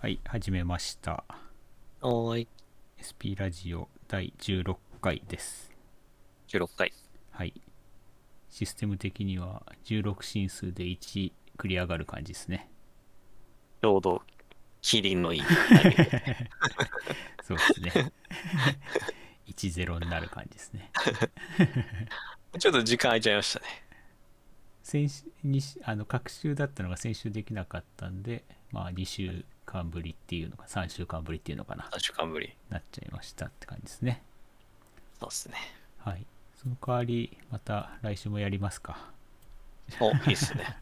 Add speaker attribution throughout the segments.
Speaker 1: はい、始めました。
Speaker 2: はーい。
Speaker 1: SP ラジオ第16回です。
Speaker 2: 16回。
Speaker 1: はい。システム的には16進数で1繰り上がる感じですね。
Speaker 2: ちょうど、キリンのいい。
Speaker 1: そうですね。10になる感じですね。
Speaker 2: ちょっと時間空いちゃいましたね。
Speaker 1: 先週にしあの隔週だったのが先週できなかったんで、まあ2週間ぶりっていうのか、3週間ぶりっていうのかな、
Speaker 2: 3週間ぶり。
Speaker 1: なっちゃいましたって感じですね。
Speaker 2: そうですね。
Speaker 1: はい。その代わり、また来週もやりますか。
Speaker 2: お、いいっすね。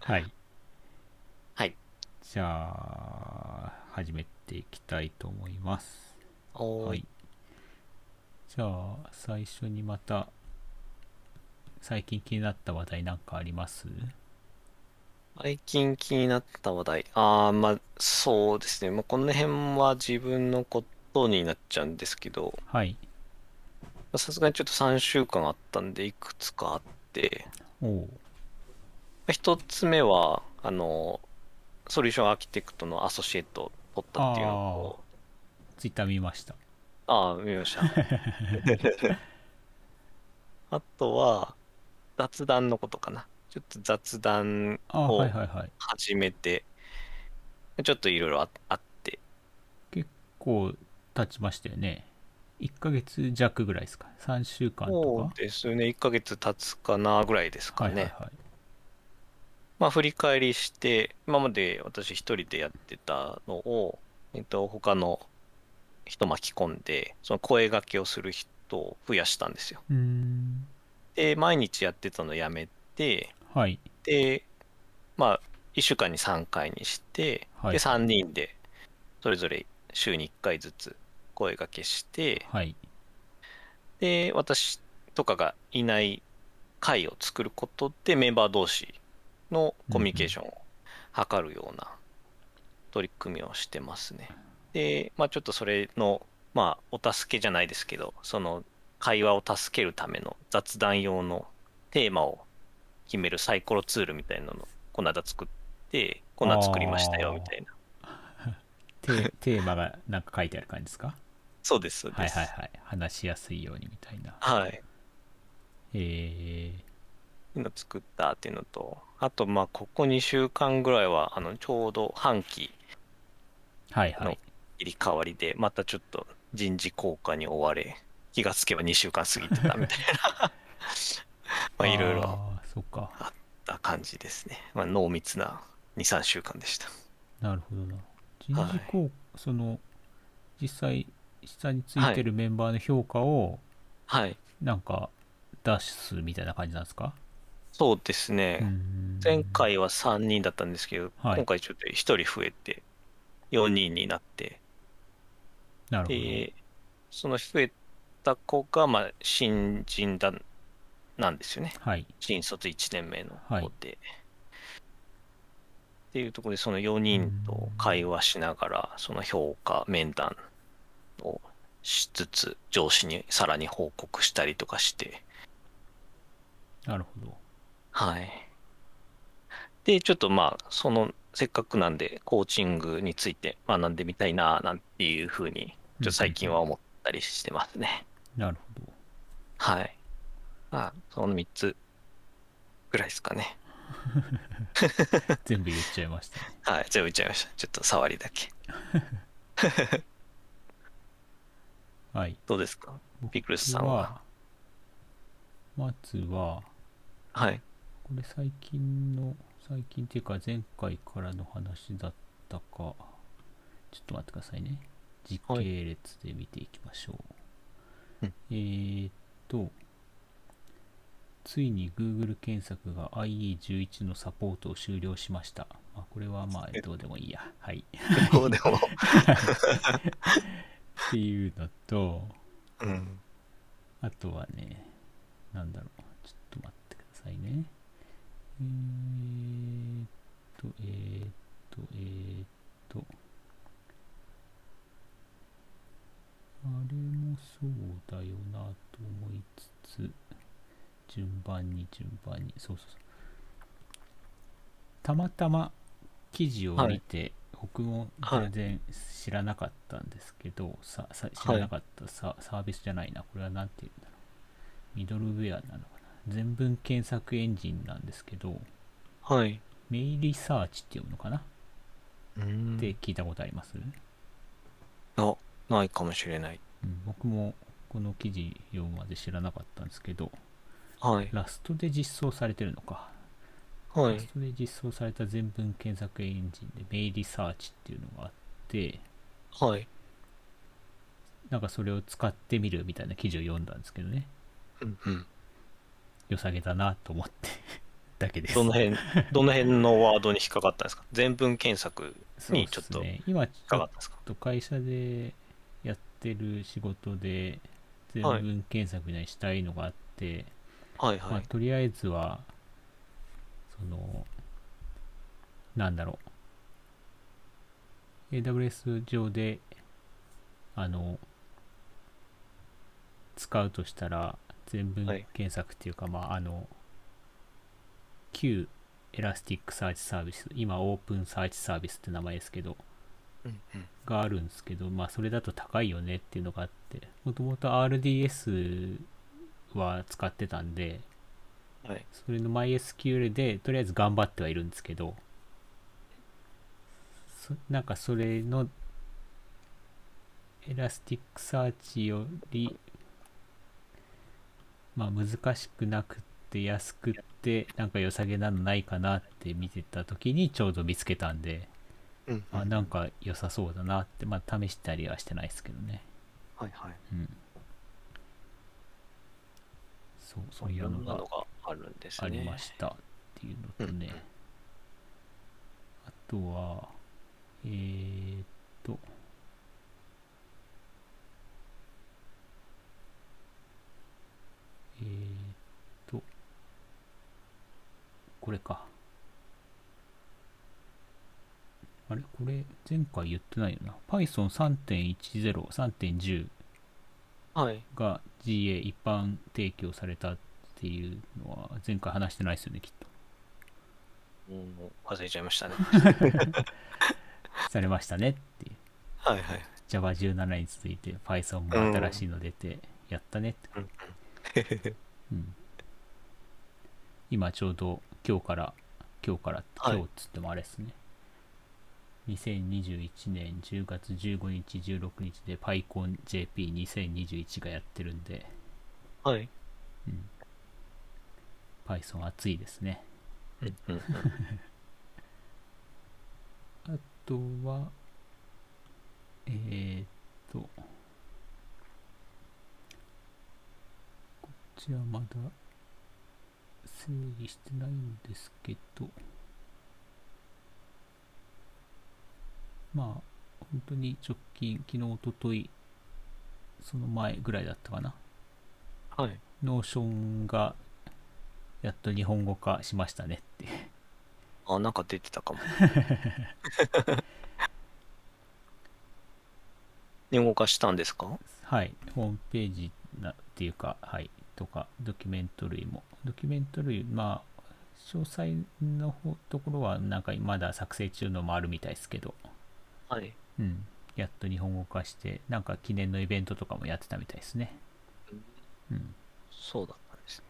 Speaker 1: はい。
Speaker 2: はい。
Speaker 1: じゃあ、始めていきたいと思います。
Speaker 2: おー
Speaker 1: はい。。じゃあ、最初にまた、最近気になった話題なんかあります
Speaker 2: 最近気になった話題。あー、まあ、そうですね。まあ、この辺は自分のことになっちゃうんですけど、
Speaker 1: はい。
Speaker 2: まあさすがにちょっと3週間あったんで、いくつかあって、
Speaker 1: おお。
Speaker 2: まあ、1つ目は、あの、ソリューションアーキテクトのアソシエイトを取ったっていうのを、
Speaker 1: ツイッター見ました。
Speaker 2: ああ、見ま した。あとは、雑談のことかな。ちょっと雑談
Speaker 1: ああ、
Speaker 2: お
Speaker 1: はいはいはい。
Speaker 2: 始めて、ちょっといろいろああって、
Speaker 1: 結構経ちましたよね。1ヶ月弱ぐらいですか ?3 週間
Speaker 2: そ
Speaker 1: と
Speaker 2: うですね、1ヶ月経つかなぐらいです
Speaker 1: か
Speaker 2: か
Speaker 1: はいはい
Speaker 2: ね。
Speaker 1: はい。
Speaker 2: まあ、振り返りして、今まで私一人でやってたのを、えっと、他の人巻き込んで、その声掛けをする人を増やしたんですよ。
Speaker 1: うーん。
Speaker 2: で、毎日やってたのやめて、
Speaker 1: はい。
Speaker 2: で、まあ、1週間に3回にして、
Speaker 1: はい
Speaker 2: で、3人で、それぞれ週に1回ずつ声掛けして、
Speaker 1: はい。
Speaker 2: で、私とかがいない会を作ることで、メンバー同士のコミュニケーションを図るような取り組みをしてますね。で、まあ、ちょっとそれの、まあ、お助けじゃないですけど、その、会話を助けるための雑談用のテーマを決めるサイコロツールみたいなのをこの間作って、こんな作りましたよみたいな。
Speaker 1: テテーマがなんか書いてある感じですか
Speaker 2: そうです、そう
Speaker 1: は
Speaker 2: で
Speaker 1: い
Speaker 2: す。
Speaker 1: はいはい。話しやすいようにみたいな。
Speaker 2: はい。
Speaker 1: え
Speaker 2: の作ったっていうのと、あと、まあ、ここ2週間ぐらいは、あの、ちょうど半期
Speaker 1: ー、はいはい。
Speaker 2: 入り替わりで、またちょっと人事効果に追われ、気がつけば2週間過ぎてたみたい な、まあ、いろいろあっ
Speaker 1: あーそっか。
Speaker 2: た感じですね。まあ、濃密な2、3週間でした。
Speaker 1: なるほどな。人事効その、実際、下についてるメンバーの評価を、
Speaker 2: はい。
Speaker 1: なんか、出すみたいな感じなんですか、
Speaker 2: そうですね。
Speaker 1: うーん
Speaker 2: 前。回は3人だったんですけど、
Speaker 1: はい
Speaker 2: 今回ちょっと1人増えて、4人になって、
Speaker 1: なるほど。
Speaker 2: で、その増えた子が、まあ、新人だ、なんですよね。
Speaker 1: はい。
Speaker 2: 新卒1年目の
Speaker 1: はい
Speaker 2: 子で。っていうところで、その4人と会話しながら、その評価、面談をしつつ、上司にさらに報告したりとかして、
Speaker 1: なるほど。
Speaker 2: はい。で、ちょっとまあ、その、せっかくなんで、コーチングについて学んでみたいな、なんていうふうに、ちょっと最近は思ったりしてますね。
Speaker 1: なるほど。
Speaker 2: はい。まあ、その3つぐらいですかね。
Speaker 1: 全部言っちゃいましたね。
Speaker 2: はい、全部言っちゃいました。ちょっと触りだけ。
Speaker 1: はい。
Speaker 2: どうですかピクルスさんは。
Speaker 1: 僕はまずは、
Speaker 2: はい。
Speaker 1: これ最近の最近っていうか前回からの話だったかちょっと待ってくださいね時系列で見ていきましょう、
Speaker 2: うん
Speaker 1: えーっとついに Google 検索が IE11 のサポートを終了しました、まあ、これはまあどうでもいいやはい
Speaker 2: どうで も。
Speaker 1: っていうのと
Speaker 2: うん。
Speaker 1: あとはね、なんだろう。ちょっと待ってくださいね。えーっと、えーっと、えーっと。あれもそうだよなと思いつつ、順番に順番に、そうそうそう。たまたま記事を見て、僕も
Speaker 2: はい
Speaker 1: 全然知らなかったんですけど、ささ知らなかったサ,、サービスじゃないなこれは何て言うんだろうミドルウェアなのかな全文検索エンジンなんですけど
Speaker 2: はい。
Speaker 1: メイリサーチって読むのかな
Speaker 2: うん
Speaker 1: って聞いたことあります、
Speaker 2: あ、ないかもしれない。
Speaker 1: うん、僕もこの記事読むまで知らなかったんですけど
Speaker 2: はい。
Speaker 1: ラストで実装されてるのか
Speaker 2: は
Speaker 1: ラ
Speaker 2: い
Speaker 1: ス。トで実装された全文検索エンジンでメイリサーチっていうのがあって
Speaker 2: はい。
Speaker 1: なんかそれを使ってみるみたいな記事を読んだんですけどね
Speaker 2: うんうん。
Speaker 1: 良さげだなと思って だけです
Speaker 2: どの辺、どの辺のワードに引っかかったんですか全文検索にちょっ
Speaker 1: そう
Speaker 2: と
Speaker 1: で
Speaker 2: 引っ
Speaker 1: すね今ち
Speaker 2: かか
Speaker 1: ょ
Speaker 2: っ
Speaker 1: った
Speaker 2: んですか
Speaker 1: と会社でやってる仕事で全
Speaker 2: はい
Speaker 1: 文検索にしたいのがあって、
Speaker 2: はい
Speaker 1: ま
Speaker 2: は
Speaker 1: あ、
Speaker 2: い。
Speaker 1: とりあえずはそのなんだろう AWS 上であの使うとしたら全文
Speaker 2: はい
Speaker 1: 検索っていうか、まああの旧エラスティックサーチサービス今オープンサーチサービスって名前ですけど
Speaker 2: うんうん。
Speaker 1: があるんですけど、まあ、それだと高いよねっていうのがあってもともと RDS は使ってたんで
Speaker 2: はい。
Speaker 1: それの MySQL でとりあえず頑張ってはいるんですけどそなんかそれのエラスティックサーチよりまあ難しくなくって安くってなんか良さげなのないかなって見てた時にちょうど見つけたんで、
Speaker 2: うんうん。
Speaker 1: あなんか良さそうだなってまあ試したりはしてないですけどね
Speaker 2: はいはい。
Speaker 1: うんそうそう
Speaker 2: い
Speaker 1: いう
Speaker 2: ろ
Speaker 1: の
Speaker 2: んな
Speaker 1: が
Speaker 2: のがあるんですね。
Speaker 1: ありましたっていうのとね、あとは、えー、っと、えー、っと、これか。あれこれ、前回言ってないよな。Python 3.10、3.10
Speaker 2: はい。
Speaker 1: が GA 一般提供されたっていうのは、前回話してないですよね、きっと。
Speaker 2: うん忘れちゃいま したね。
Speaker 1: されましたねっていう。
Speaker 2: はいはい。
Speaker 1: Java17 に続いて Python も新しいの出て、やったねって、
Speaker 2: うん
Speaker 1: うん今ちょうど今日から、今日からって、
Speaker 2: はい
Speaker 1: 今日っつってもあれですね。2021年10月15日、16日で PyConJP2021 がやってるんで、
Speaker 2: はい。
Speaker 1: Python 熱いですね。
Speaker 2: うんうん
Speaker 1: あとは、えー、っと、こっちはまだ整理してないんですけど、まあ、本当に直近、昨日、一昨日その前ぐらいだったかな、
Speaker 2: はい。
Speaker 1: ノーションがやっと日本語化しましたねっていう
Speaker 2: あ、なんか出てた かも。日本語化したんですか
Speaker 1: はい、ホームページなっていうか、はい、とか、ドキュメント類も。ドキュメント類、まあ、詳細の方ところは、なんかまだ作成中のもあるみたいですけど、
Speaker 2: はい。
Speaker 1: うん、やっと日本語化して、なんか記念のイベントとかもやってたみたいですね。うん、
Speaker 2: そうだったんですね。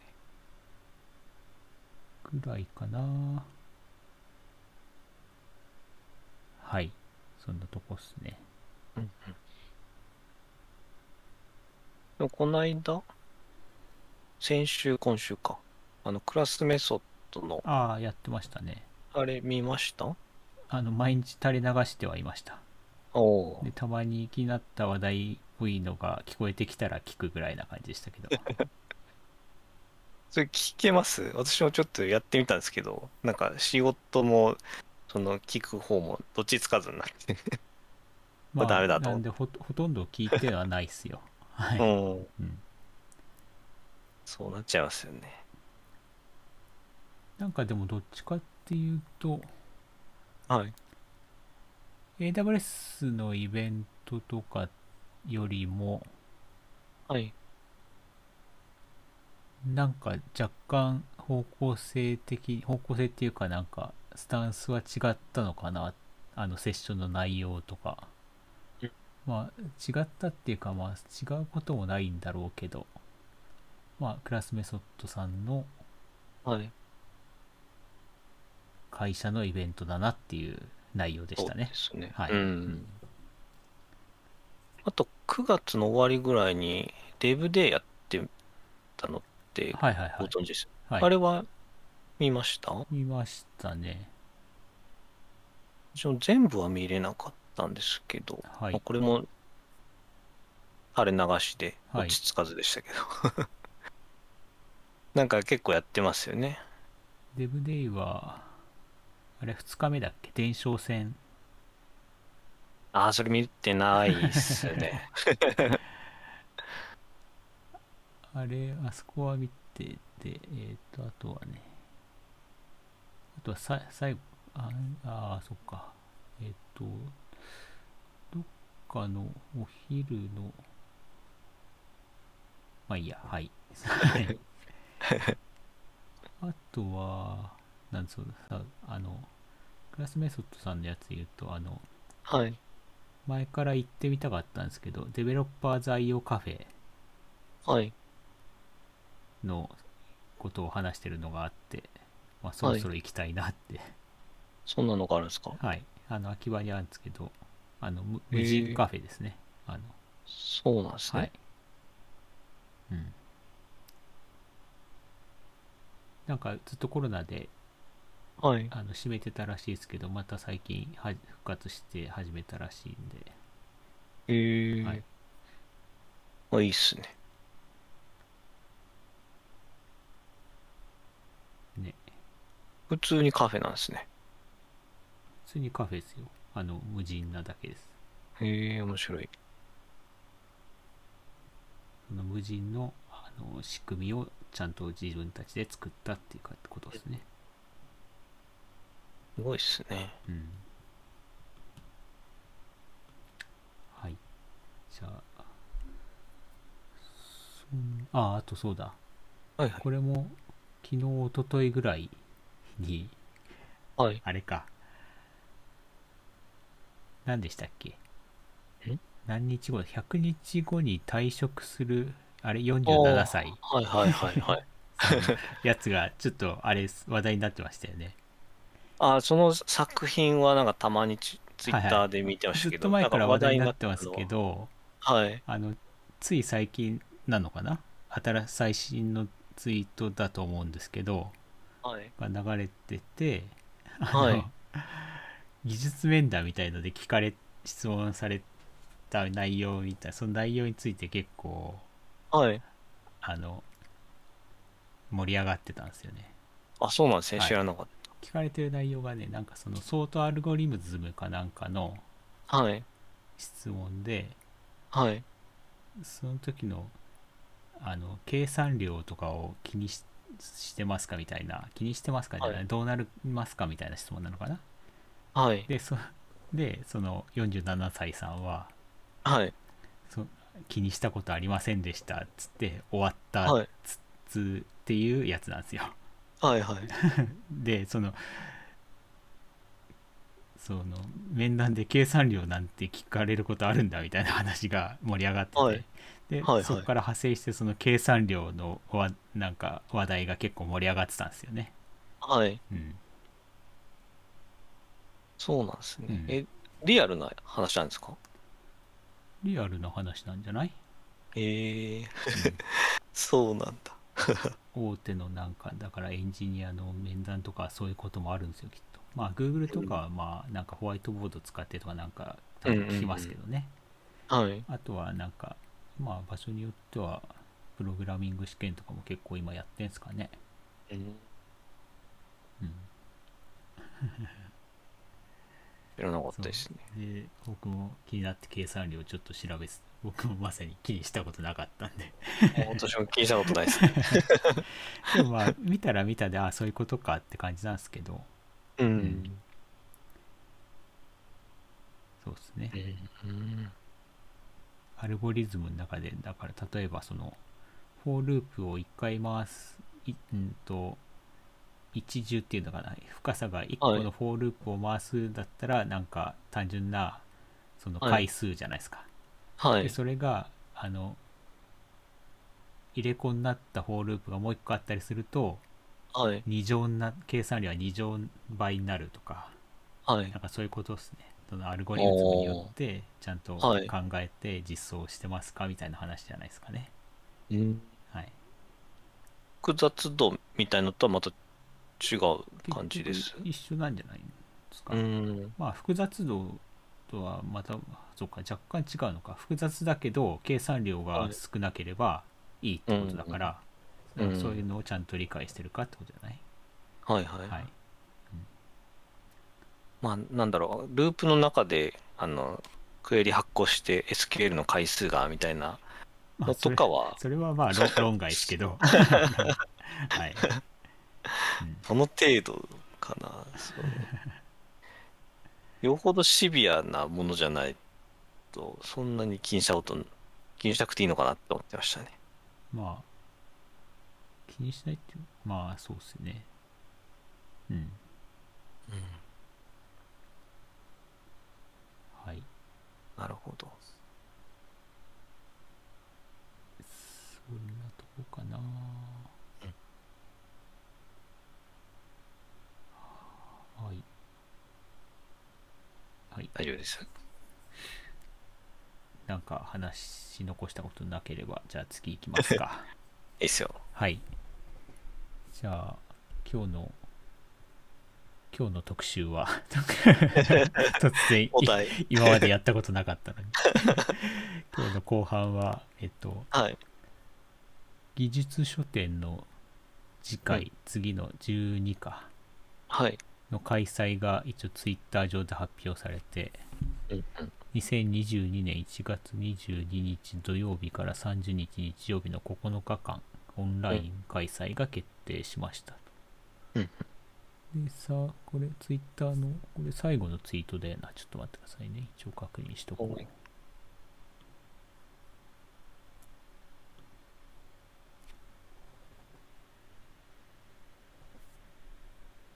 Speaker 1: ぐらいかな。はい、そんなとこっすね。
Speaker 2: でもこの間、先週、今週か。あの、クラスメソッドの、
Speaker 1: ああ、やってましたね。
Speaker 2: あれ見ました
Speaker 1: あの、毎日垂れ流してはいました。
Speaker 2: おおー
Speaker 1: でたまに気になった話題っぽいのが聞こえてきたら聞くぐらいな感じでした けど
Speaker 2: それ聞けます私もちょっとやってみたんですけど、なんか仕事も、その聞く方もどっちつかずになって。
Speaker 1: まあ
Speaker 2: ダメだと
Speaker 1: なんでほとほとんど聞いてはないっすよはい、
Speaker 2: うん。
Speaker 1: うん
Speaker 2: そうなっちゃいますよね。
Speaker 1: なんかでもどっちかっていうと
Speaker 2: はい。
Speaker 1: AWS のイベントとかよりも
Speaker 2: はい。
Speaker 1: なんか若干方向性的方向性っていうかなんかスタンスは違ったのかなあのセッションの内容とか
Speaker 2: うん
Speaker 1: まあ違ったっていうかまあ違うこともないんだろうけどまあクラスメソッドさんの
Speaker 2: はい。
Speaker 1: 会社のイベントだなっていう内容でしたね。
Speaker 2: そうですね。
Speaker 1: はい
Speaker 2: うん。あと、9月の終わりぐらいに、デブデーやってたのって、
Speaker 1: はいはいは
Speaker 2: ご
Speaker 1: い。
Speaker 2: 存知です。
Speaker 1: はい、
Speaker 2: あれは見ました
Speaker 1: 見ましたね。
Speaker 2: 私も全部は見れなかったんですけど、
Speaker 1: は
Speaker 2: まあ
Speaker 1: い。
Speaker 2: これも、あれ流しで、
Speaker 1: はい
Speaker 2: 落ち着かずでしたけど。 なんか結構やってますよね。
Speaker 1: デブデイは、あれ2日目だっけ伝承戦。
Speaker 2: ああ、それ見てないっす ね。
Speaker 1: あれ、あそこは見てて、えっ、と、あとはね、あとはさ最後、ああー、そっか。えっ、と、どっかのお昼の、まあいいや、はい。はいあとは、なんつうのさ、あの、クラスメソッドさんのやつ言うと、あの、
Speaker 2: はい。
Speaker 1: 前から行ってみたかったんですけど、デベロッパー材用カフェ
Speaker 2: はい。
Speaker 1: のことを話してるのがあって、まあ、そろそろ行きたいなって、はい、
Speaker 2: そんなのがあるんですか
Speaker 1: あの、秋葉にあるんですけど、あの、無
Speaker 2: へー
Speaker 1: 無人カフェですね。あの、
Speaker 2: そうなんですね。
Speaker 1: はい。うん。なんかずっとコロナで
Speaker 2: はい。
Speaker 1: あの閉めてたらしいですけど、また最近は復活して始めたらしいんで、
Speaker 2: えー
Speaker 1: はい
Speaker 2: あいいっすね。
Speaker 1: ね、
Speaker 2: 普通にカフェなんですね。
Speaker 1: 普通にカフェですよ。あの、無人なだけです。
Speaker 2: へえ、面白い。
Speaker 1: その無人のあの仕組みをちゃんと自分たちで作ったっていうかことですね。
Speaker 2: すごいっすね。
Speaker 1: うん。はい。じゃあ、そんあ、あとそうだ。
Speaker 2: はいはい。
Speaker 1: これも昨日、一昨日ぐらいに、
Speaker 2: はい。
Speaker 1: あれか。何でしたっけ
Speaker 2: ん
Speaker 1: 何日後 ?100 日後に退職する、あれ47歳。
Speaker 2: はいはいはいはい。
Speaker 1: やつがちょっとあれ話題になってましたよね。
Speaker 2: あ、その作品はなんかたまにツツイ
Speaker 1: はいはい
Speaker 2: ッターで見てまし
Speaker 1: ず
Speaker 2: た
Speaker 1: っ
Speaker 2: け
Speaker 1: と
Speaker 2: ど、
Speaker 1: 前から話題に
Speaker 2: ん
Speaker 1: な
Speaker 2: か
Speaker 1: ってますけ
Speaker 2: 話題になっ
Speaker 1: ど、
Speaker 2: たのは。はい。
Speaker 1: あのつい最近なのかな新最新のツイートだと思うんですけど、
Speaker 2: はい。
Speaker 1: が流れてて、あの
Speaker 2: はい
Speaker 1: 技術面談みたいので聞かれ、質問された内容みたいな、その内容について結構、
Speaker 2: はい。
Speaker 1: あの、盛り上がってたんですよね。
Speaker 2: あ、そうなんですね。
Speaker 1: はい
Speaker 2: 知らなかっ
Speaker 1: 聞かれてる内容がね、なんかそのソートアルゴリズムかなんかの
Speaker 2: た。はい。
Speaker 1: 質問で、
Speaker 2: はい。
Speaker 1: その時のあの計算量とかを気にししてますかみたいな気にしてますかじゃない、
Speaker 2: はい
Speaker 1: どうなりますかみたいな質問なのかな
Speaker 2: はい。
Speaker 1: でそ でその47歳さんは
Speaker 2: はい。
Speaker 1: そ気にしたことありませんでしたっつって終わった
Speaker 2: はい。
Speaker 1: つつっていうやつなんですよ
Speaker 2: はいはい。
Speaker 1: でそのその面談で計算量なんて聞かれることあるんだみたいな話が盛り上がってて、
Speaker 2: はい
Speaker 1: で、
Speaker 2: はいはい
Speaker 1: そこから派生してその計算量のわなんか話題が結構盛り上がってたんですよね。
Speaker 2: はい。
Speaker 1: うん、
Speaker 2: そうなんですね。
Speaker 1: うん
Speaker 2: え、リアルな話なんですか
Speaker 1: リアルな話なんじゃ ない
Speaker 2: ええそうなんだ。
Speaker 1: 大手のなんかだからエンジニアの面談とかそういうこともあるんですよきっと。まあ Google とかはまあなんかホワイトボード使ってとかなんか多分聞きますけどね。
Speaker 2: はい。
Speaker 1: あとはなんか、まあ場所によっては、プログラミング試験とかも結構今やってんすかね。
Speaker 2: うん
Speaker 1: うん。
Speaker 2: 知らなかったですね。
Speaker 1: で、僕も気になって計算量ちょっと調べす。僕もまさに気にしたことなかったんで。
Speaker 2: もう私も気にしたことないですね。
Speaker 1: でもまあ、見たら見たで、ああ、そういうことかって感じなんですけど、
Speaker 2: うんん。
Speaker 1: そうですね。
Speaker 2: うん
Speaker 1: アルゴリズムの中で、だから例えばその、フォーループを1回回す、いうんと、一重っていうのかな深さが1個のフォーループを回すだったらなんか単純なその回数じゃないですか、
Speaker 2: は
Speaker 1: で
Speaker 2: い。
Speaker 1: それがあの入れ子になったフォーループがもう1個あったりすると
Speaker 2: はい。
Speaker 1: 2乗な計算量は2乗倍になるとか
Speaker 2: はい
Speaker 1: なん。かそういうことですねそのアルゴリズムによってちゃんと考
Speaker 2: はい
Speaker 1: えて実装してますかみたいな話じゃないですかねはい
Speaker 2: 複雑度みたいのとはまた違う感じです
Speaker 1: 結。局一緒なんじゃないですか、
Speaker 2: うん。
Speaker 1: まあ複雑度とはまたそうか若干違うのか複雑だけど計算量が少なければいいってことだから、
Speaker 2: うんうん
Speaker 1: そういうのをちゃんと理解してるかってことじゃない、
Speaker 2: はいはい。
Speaker 1: はい
Speaker 2: まあ、なんだろう、ループの中で、あの、クエリ発行して SQL の回数が、みたいな
Speaker 1: まあ
Speaker 2: の
Speaker 1: そ
Speaker 2: と
Speaker 1: れ
Speaker 2: かは、
Speaker 1: それはまあ論論外ですけ どはい、
Speaker 2: その程度かな。そう よほどシビアなものじゃないと、そんなに気にしたこと、気にしなくていいのかなって思ってましたね。
Speaker 1: まあ気にしないっていうまあそうですねうんはい
Speaker 2: なるほど。
Speaker 1: そんなとこかな、はいはい
Speaker 2: 大丈夫です。
Speaker 1: なんか話し残したことなければじゃあ次行きますか
Speaker 2: いいっすよ。
Speaker 1: はいじゃあ今日の今日の特集は 突然い
Speaker 2: お題。
Speaker 1: 今までやったことなかったのに今日の後半はえっと
Speaker 2: はい。
Speaker 1: 技術書店の次回、
Speaker 2: うん
Speaker 1: 次の12か
Speaker 2: はい。
Speaker 1: の開催が一応ツイッター上で発表されて
Speaker 2: うんうん
Speaker 1: 2022年1月22日土曜日から30日日曜日の9日間オンライン開催が決定しましたと、
Speaker 2: うん
Speaker 1: でさあこれツイッターのこれ最後のツイートだよなちょっと待ってくださいね一応確認しとこ
Speaker 2: は
Speaker 1: う
Speaker 2: い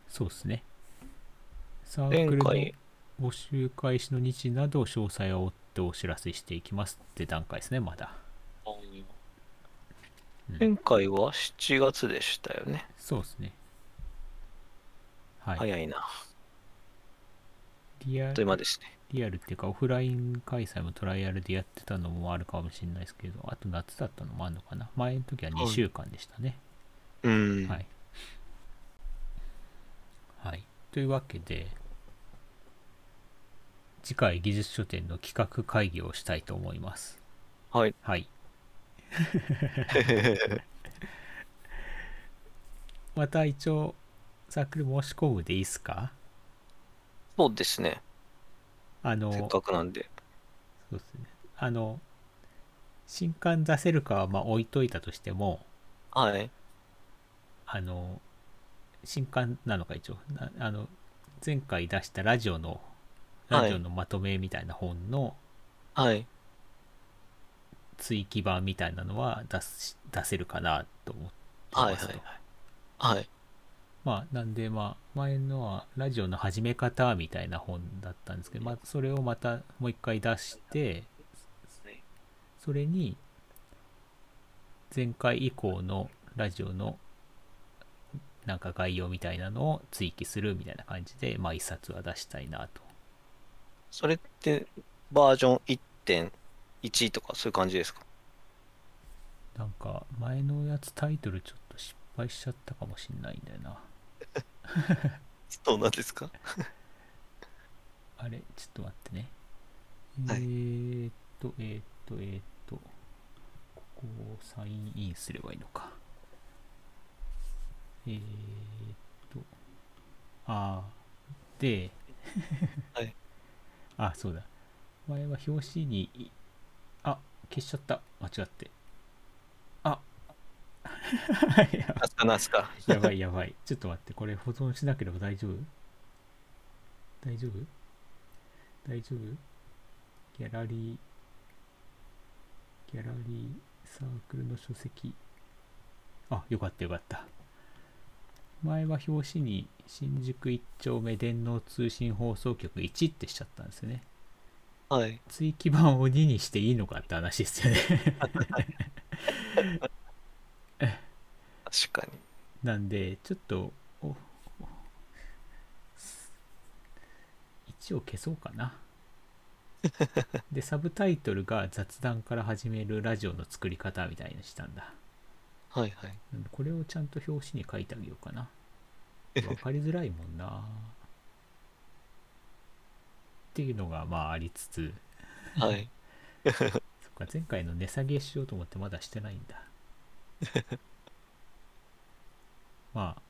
Speaker 1: そうですねサーク
Speaker 2: 前
Speaker 1: ルの
Speaker 2: 回、
Speaker 1: 募集開始の日など詳細を追ってお知らせしていきますって段階ですねまだうん
Speaker 2: 前回は7月でしたよね。
Speaker 1: そうですねはい、
Speaker 2: 早いな。
Speaker 1: リア
Speaker 2: あっという間ですね。
Speaker 1: リアルっていうかオフライン開催もトライアルでやってたのもあるかもしれないですけどあと夏だったのもあるのかな前の時は2
Speaker 2: はい
Speaker 1: 週間でしたね、
Speaker 2: うん。
Speaker 1: はい。はい。というわけで、次回技術書店の企画会議をしたいと思います。
Speaker 2: はい。
Speaker 1: はい。また一応、サークル申し込むでいいですか
Speaker 2: そうですね。
Speaker 1: あの、
Speaker 2: せっ
Speaker 1: そ
Speaker 2: かくなんで。
Speaker 1: うですね。あの、新刊出せるかはまあ置いといたとしても、
Speaker 2: はい。
Speaker 1: あの、新刊なのか一応、なあの、前回出したラジオの、
Speaker 2: はい
Speaker 1: ラジオのまとめみたいな本の
Speaker 2: はい。
Speaker 1: 追記版みたいなのは出す出せるかなと思って
Speaker 2: はい
Speaker 1: ます
Speaker 2: は
Speaker 1: と。
Speaker 2: いはい。
Speaker 1: まあ、なんで、まあ、前のはラジオの始め方みたいな本だったんですけど、まあ、それをまたもう一回出して、それに、前回以降のラジオのなんか概要みたいなのを追記するみたいな感じで、まあ一冊は出したいなと。
Speaker 2: それって、バージョン1.1とかそういう感じですか
Speaker 1: なんか前のやつタイトルちょっと失敗しちゃったかもしんないんだよな。
Speaker 2: そうなんですか
Speaker 1: あれ、ちょっと待ってね。
Speaker 2: はい
Speaker 1: えーっと、えーっと、えーっと、ここをサインインすればいいのか。えーっと、あー、で、
Speaker 2: はい
Speaker 1: あ、そうだ。前は表紙にい、あ、消しちゃった。間違って。あ、や
Speaker 2: なんすかなん すか
Speaker 1: やばいやばい。ちょっと待って、これ保存しなければ大丈夫大丈夫大丈夫ギャラリー、ギャラリー、サークルの書籍。あ、よかったよかった。前は表紙に新宿一丁目電脳通信放送局1ってしちゃったんですよね。
Speaker 2: はい。
Speaker 1: 追記版を2にしていいのかって話ですよね。
Speaker 2: 確かに。
Speaker 1: なんで、ちょっと、おおす1を消そうかな。で、サブタイトルが雑談から始めるラジオの作り方みたいにしたんだ。
Speaker 2: はいはい。
Speaker 1: うんこれをちゃんと表紙に書いてあげようかな。わかりづらいもんな。っていうのがまあありつつ、
Speaker 2: はい。
Speaker 1: そっか、前回の値下げしようと思ってまだしてないんだ。まあ、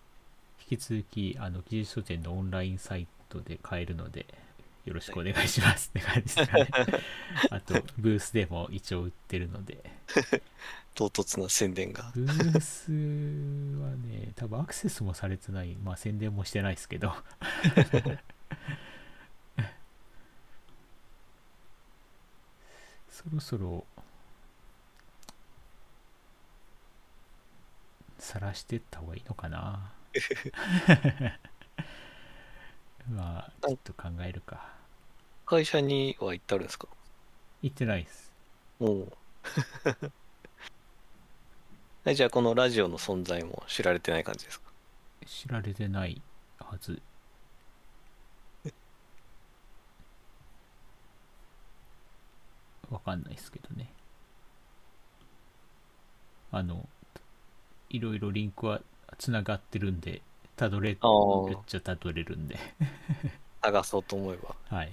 Speaker 1: 引き続き、あの、技術書店のオンラインサイトで買えるので、よろしくお願いしますって感じですかね。あと、ブースでも一応売ってるので。
Speaker 2: 唐突な宣伝が。
Speaker 1: ブースはね、多分アクセスもされてない、まあ宣伝もしてないですけど。 そろそろ、晒してった方がいいのかな。 まあ、ちょっと考えるか。
Speaker 2: 会社には行ってあるんですか
Speaker 1: 言ってないです。
Speaker 2: も う。えじゃあ、このラジオの存在も知られてない感じですか
Speaker 1: 知られてないはずわかんないですけどねあのいろいろリンクはつながってるんでたどれる
Speaker 2: あー
Speaker 1: っちゃたどれるんで
Speaker 2: 探そうと思えば。
Speaker 1: はい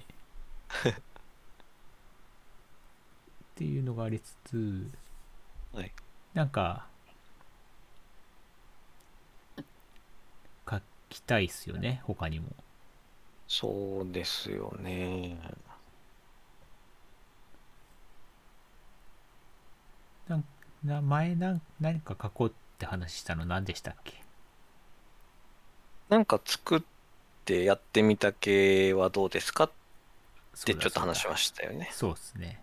Speaker 1: っ ていうのがありつつ
Speaker 2: はい。
Speaker 1: なんか書きたいっすよね他にも
Speaker 2: そうですよね。
Speaker 1: なんな前なん何か書こうって話したの何でしたっけ
Speaker 2: なんか作ってやってみた系はどうですかっ
Speaker 1: そ
Speaker 2: て
Speaker 1: うだ
Speaker 2: ちょっと話し
Speaker 1: そう
Speaker 2: ましたよね
Speaker 1: だ。そうですね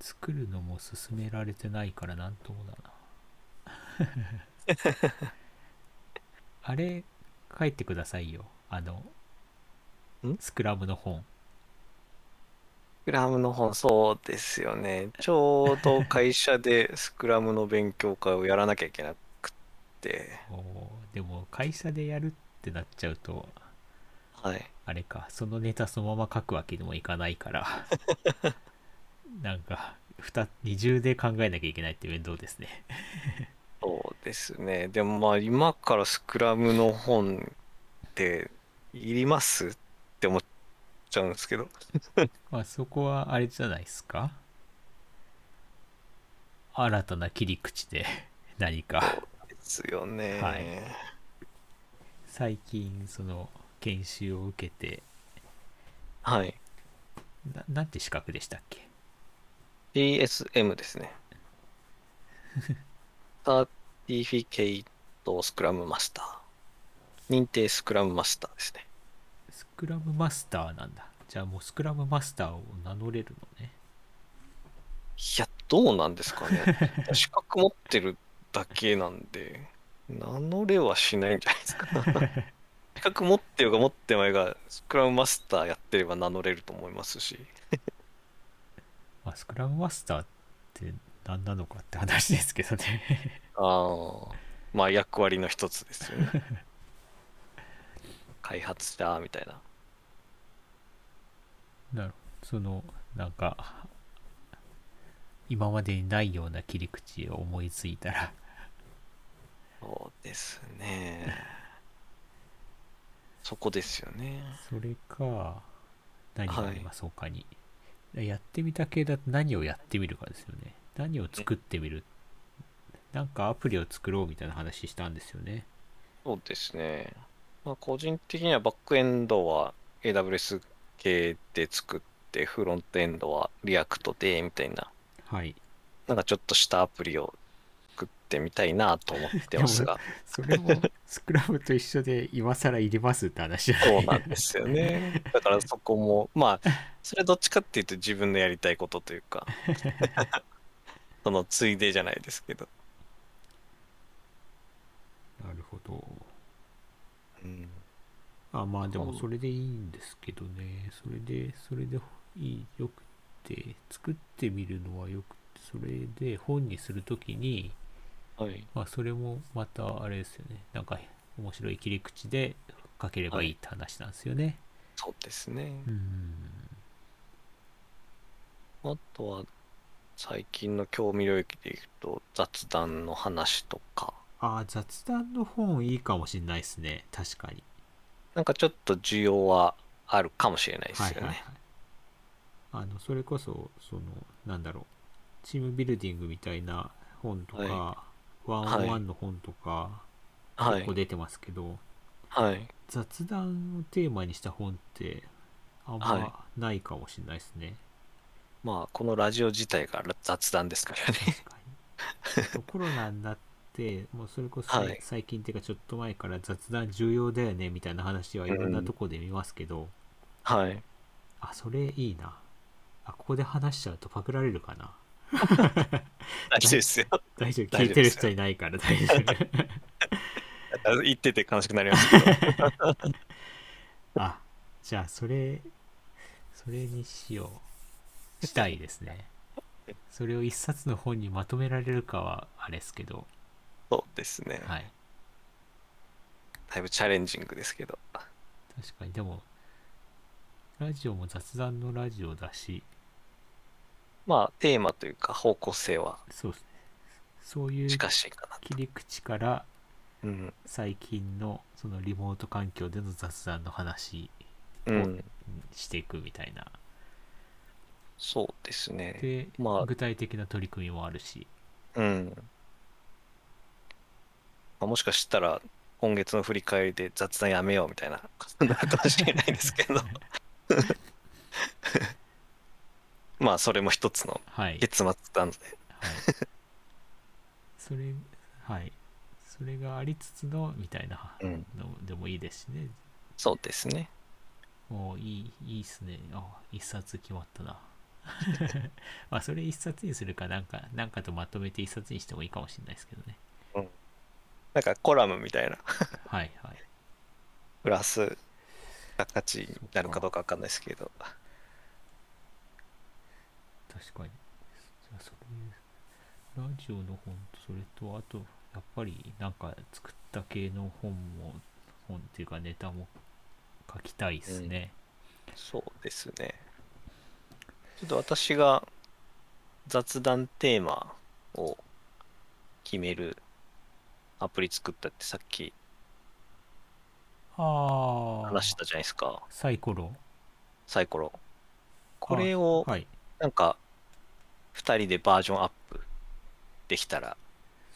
Speaker 1: 作るのも勧められてないからなんともだな あれ書いてくださいよあの
Speaker 2: ん
Speaker 1: スクラムの本
Speaker 2: スクラムの本、そうですよね。ちょうど会社でスクラムの勉強会をやらなきゃいけなくって、
Speaker 1: おーでも会社でやるってなっちゃうと
Speaker 2: はい。
Speaker 1: あれか、そのネタそのまま書くわけにもいかないから、なんか、ふた二重で考えなきゃいけないって面倒ですね。
Speaker 2: そうですね。でもまあ今からスクラムの本っていりますって思っちゃうんですけど。
Speaker 1: まあそこはあれじゃないですか新たな切り口で 何か、
Speaker 2: ですよね。
Speaker 1: はい最近その研修を受けて、
Speaker 2: はい。
Speaker 1: ななんて資格でしたっけ
Speaker 2: DSM です ね。サーティフィケイトスクラムマスター。認定スクラムマスターですね。
Speaker 1: スクラムマスターなんだ。じゃあもうスクラムマスターを名乗れるのね。
Speaker 2: いや、どうなんですかね。資格持ってるだけなんで、名乗れはしないんじゃないですか。資格持ってようが持ってまいが、スクラムマスターやってれば名乗れると思いますし。
Speaker 1: まあスクラムマスターって何なのかって話ですけどね。
Speaker 2: ああ、まあ役割の一つですよね。開発者みたいな。
Speaker 1: なるそのなんか今までにないような切り口を思いついたら
Speaker 2: そうですね。そこですよね。
Speaker 1: それか何があります、他にやってみた系だと何をやってみるかですよね何を作ってみるなんかアプリを作ろうみたいな話したんですよね
Speaker 2: そうですね。まあ、個人的にはバックエンドは AWS 系で作って、フロントエンドは React で、みたいな、
Speaker 1: はい
Speaker 2: なんかちょっとしたアプリを作ってみたいなと思ってますが、
Speaker 1: それ もスクラムと一緒で今更いりますって話じゃない
Speaker 2: そう なん ですよね。だからそこも、まあ、それはどっちかっていうと自分のやりたいことという か、そのついでじゃないですけど。
Speaker 1: ほど。
Speaker 2: うん
Speaker 1: あ、まあでも
Speaker 2: そう
Speaker 1: それでいいんですけどね。それで、それでいい、よくて、作ってみるのはよくて、それで本にするときに、
Speaker 2: はい。
Speaker 1: まあそれもまたあれですよね。なんか面白い切り口で書ければいいって話なんですよね。
Speaker 2: そうですね。
Speaker 1: うん。
Speaker 2: あとは、最近の興味領域でいくと、雑談の話とか、
Speaker 1: あ、雑談の本いいかもしれないですね。確かに。
Speaker 2: なんかちょっと需要はあるかもしれないですよね。
Speaker 1: あのそれこそそのなんだろうチームビルディングみたいな本とか、
Speaker 2: は
Speaker 1: ワンオンワンの本とか、
Speaker 2: は
Speaker 1: 結
Speaker 2: い
Speaker 1: 構。出てますけど
Speaker 2: はい。
Speaker 1: 雑談をテーマにした本ってあんま
Speaker 2: は
Speaker 1: ないかもしれないです ね、
Speaker 2: まあ、このラジオ自体が雑談ですから ね。
Speaker 1: 確かにコロナになってもうそれこそ、
Speaker 2: はい
Speaker 1: 最近っていうかちょっと前から雑談重要だよねみたいな話はいろんなとこで見ますけど、
Speaker 2: はい。
Speaker 1: あそれいいなあここで話しちゃうとパクられるかな
Speaker 2: 大事 ですよ。
Speaker 1: 大丈夫聞
Speaker 2: 大
Speaker 1: い
Speaker 2: 丈
Speaker 1: て
Speaker 2: 夫で
Speaker 1: る
Speaker 2: す
Speaker 1: 人いないから大丈夫
Speaker 2: 言ってて悲しくなりました けど。
Speaker 1: あじゃあそれそれにしようしたいですねそれを一冊の本にまとめられるかはあれですけど
Speaker 2: そうですね。
Speaker 1: はい
Speaker 2: だいぶチャレンジングですけど。
Speaker 1: 確かにでもラジオも雑談のラジオだし
Speaker 2: まあ、テーマというか方向性は
Speaker 1: そうですねそういう
Speaker 2: 近しいかな。
Speaker 1: 切り口から
Speaker 2: うん。
Speaker 1: 最近のそのリモート環境での雑談の話
Speaker 2: うん。
Speaker 1: していくみたいな、
Speaker 2: そうですね。
Speaker 1: で、
Speaker 2: まあ
Speaker 1: 具体的な取り組みもあるし
Speaker 2: うん。まあ、もしかしたら、今月の振り返りで雑談やめようみたいなことになるかもしれないです けど。まあ、それも一つの
Speaker 1: はい
Speaker 2: 結末なんで。
Speaker 1: はい、それはいそれがありつつのみたいな
Speaker 2: うん。
Speaker 1: のでもいいですしね
Speaker 2: そうですね。
Speaker 1: もういいいいっすねあ一冊決まったな まあそれ一冊にするかなんかなんかとまとめて一冊にしてもいいかもしれないですけどね
Speaker 2: なんかコラムみたいな、
Speaker 1: はいはい
Speaker 2: プラス、価値になるかどうかわかんないですけど。
Speaker 1: 確かにじゃあそういうラジオの本とそれとあとやっぱりなんか作った系の本も本っていうかネタも書きたいですね、
Speaker 2: そうですね。ちょっと私が雑談テーマを決めるアプリ作ったってさっき
Speaker 1: ああ
Speaker 2: 話したじゃないですか、
Speaker 1: サイコロ
Speaker 2: サイコロ。これを
Speaker 1: はい
Speaker 2: なんか2人でバージョンアップできたら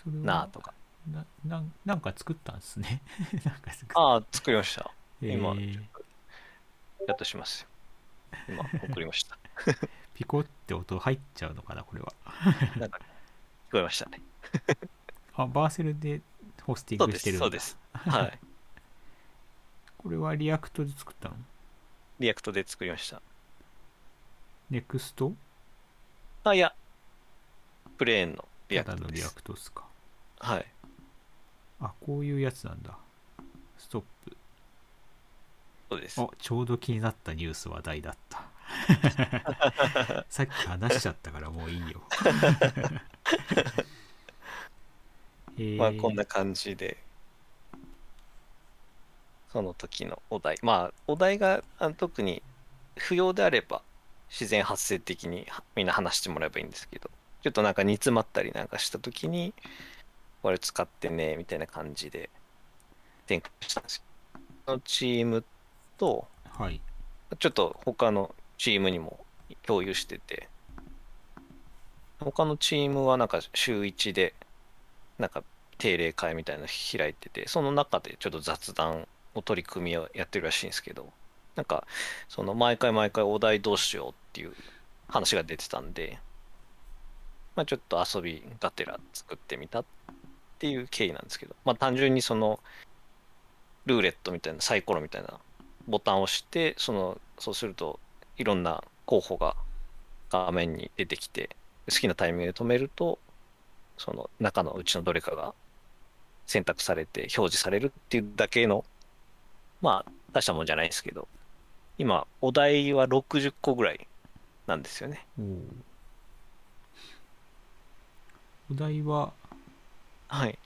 Speaker 1: それは
Speaker 2: なとか。
Speaker 1: ななんなんか作ったんですね なんか作っ
Speaker 2: ああ、作りました。
Speaker 1: えー
Speaker 2: 今やっとしますよ。今送りました。
Speaker 1: ピコって音入っちゃうのかなこれは
Speaker 2: なんか聞こえまし たね。
Speaker 1: あバーセルでホスティ
Speaker 2: そ
Speaker 1: ン
Speaker 2: う
Speaker 1: グ
Speaker 2: で
Speaker 1: してるん
Speaker 2: す、そ
Speaker 1: だ
Speaker 2: うです。はい。
Speaker 1: これはリアクトで作ったの
Speaker 2: リアクトで作りました。
Speaker 1: ネクスト
Speaker 2: あ、いや、プレーンのリア
Speaker 1: ただ
Speaker 2: クト
Speaker 1: の
Speaker 2: で
Speaker 1: リア
Speaker 2: す。
Speaker 1: クトっすか
Speaker 2: はい。
Speaker 1: あこういうやつなんだストップ
Speaker 2: そうです。
Speaker 1: あちょうど気になったニュース話題だった さっき話しちゃったからもうい いよえー
Speaker 2: まあ、こんな感じで、その時のお題。まあ、お題があの特に不要であれば、自然発生的にはみんな話してもらえばいいんですけど、ちょっとなんか煮詰まったりなんかした時に、これ使ってね、みたいな感じで、展開したんですよ。そのチームと、
Speaker 1: はい
Speaker 2: ちょっと他のチームにも共有してて、他のチームはなんか週1で、なんか定例会みたいなの開いてて、その中でちょっと雑談の取り組みをやってるらしいんですけど、なんか、その毎回毎回お題どうしようっていう話が出てたんで、まあちょっと遊びがてら作ってみたっていう経緯なんですけど、まあ単純にその、ルーレットみたいな、サイコロみたいなボタンを押してそのそうするといろんな候補が画面に出てきて好きなタイミングで止めるとその中のうちのどれかが選択されて表示されるっていうだけの、まあ、大したもんじゃないですけど、今、お題は60個ぐらいなんですよね。
Speaker 1: おーお題は、
Speaker 2: はい。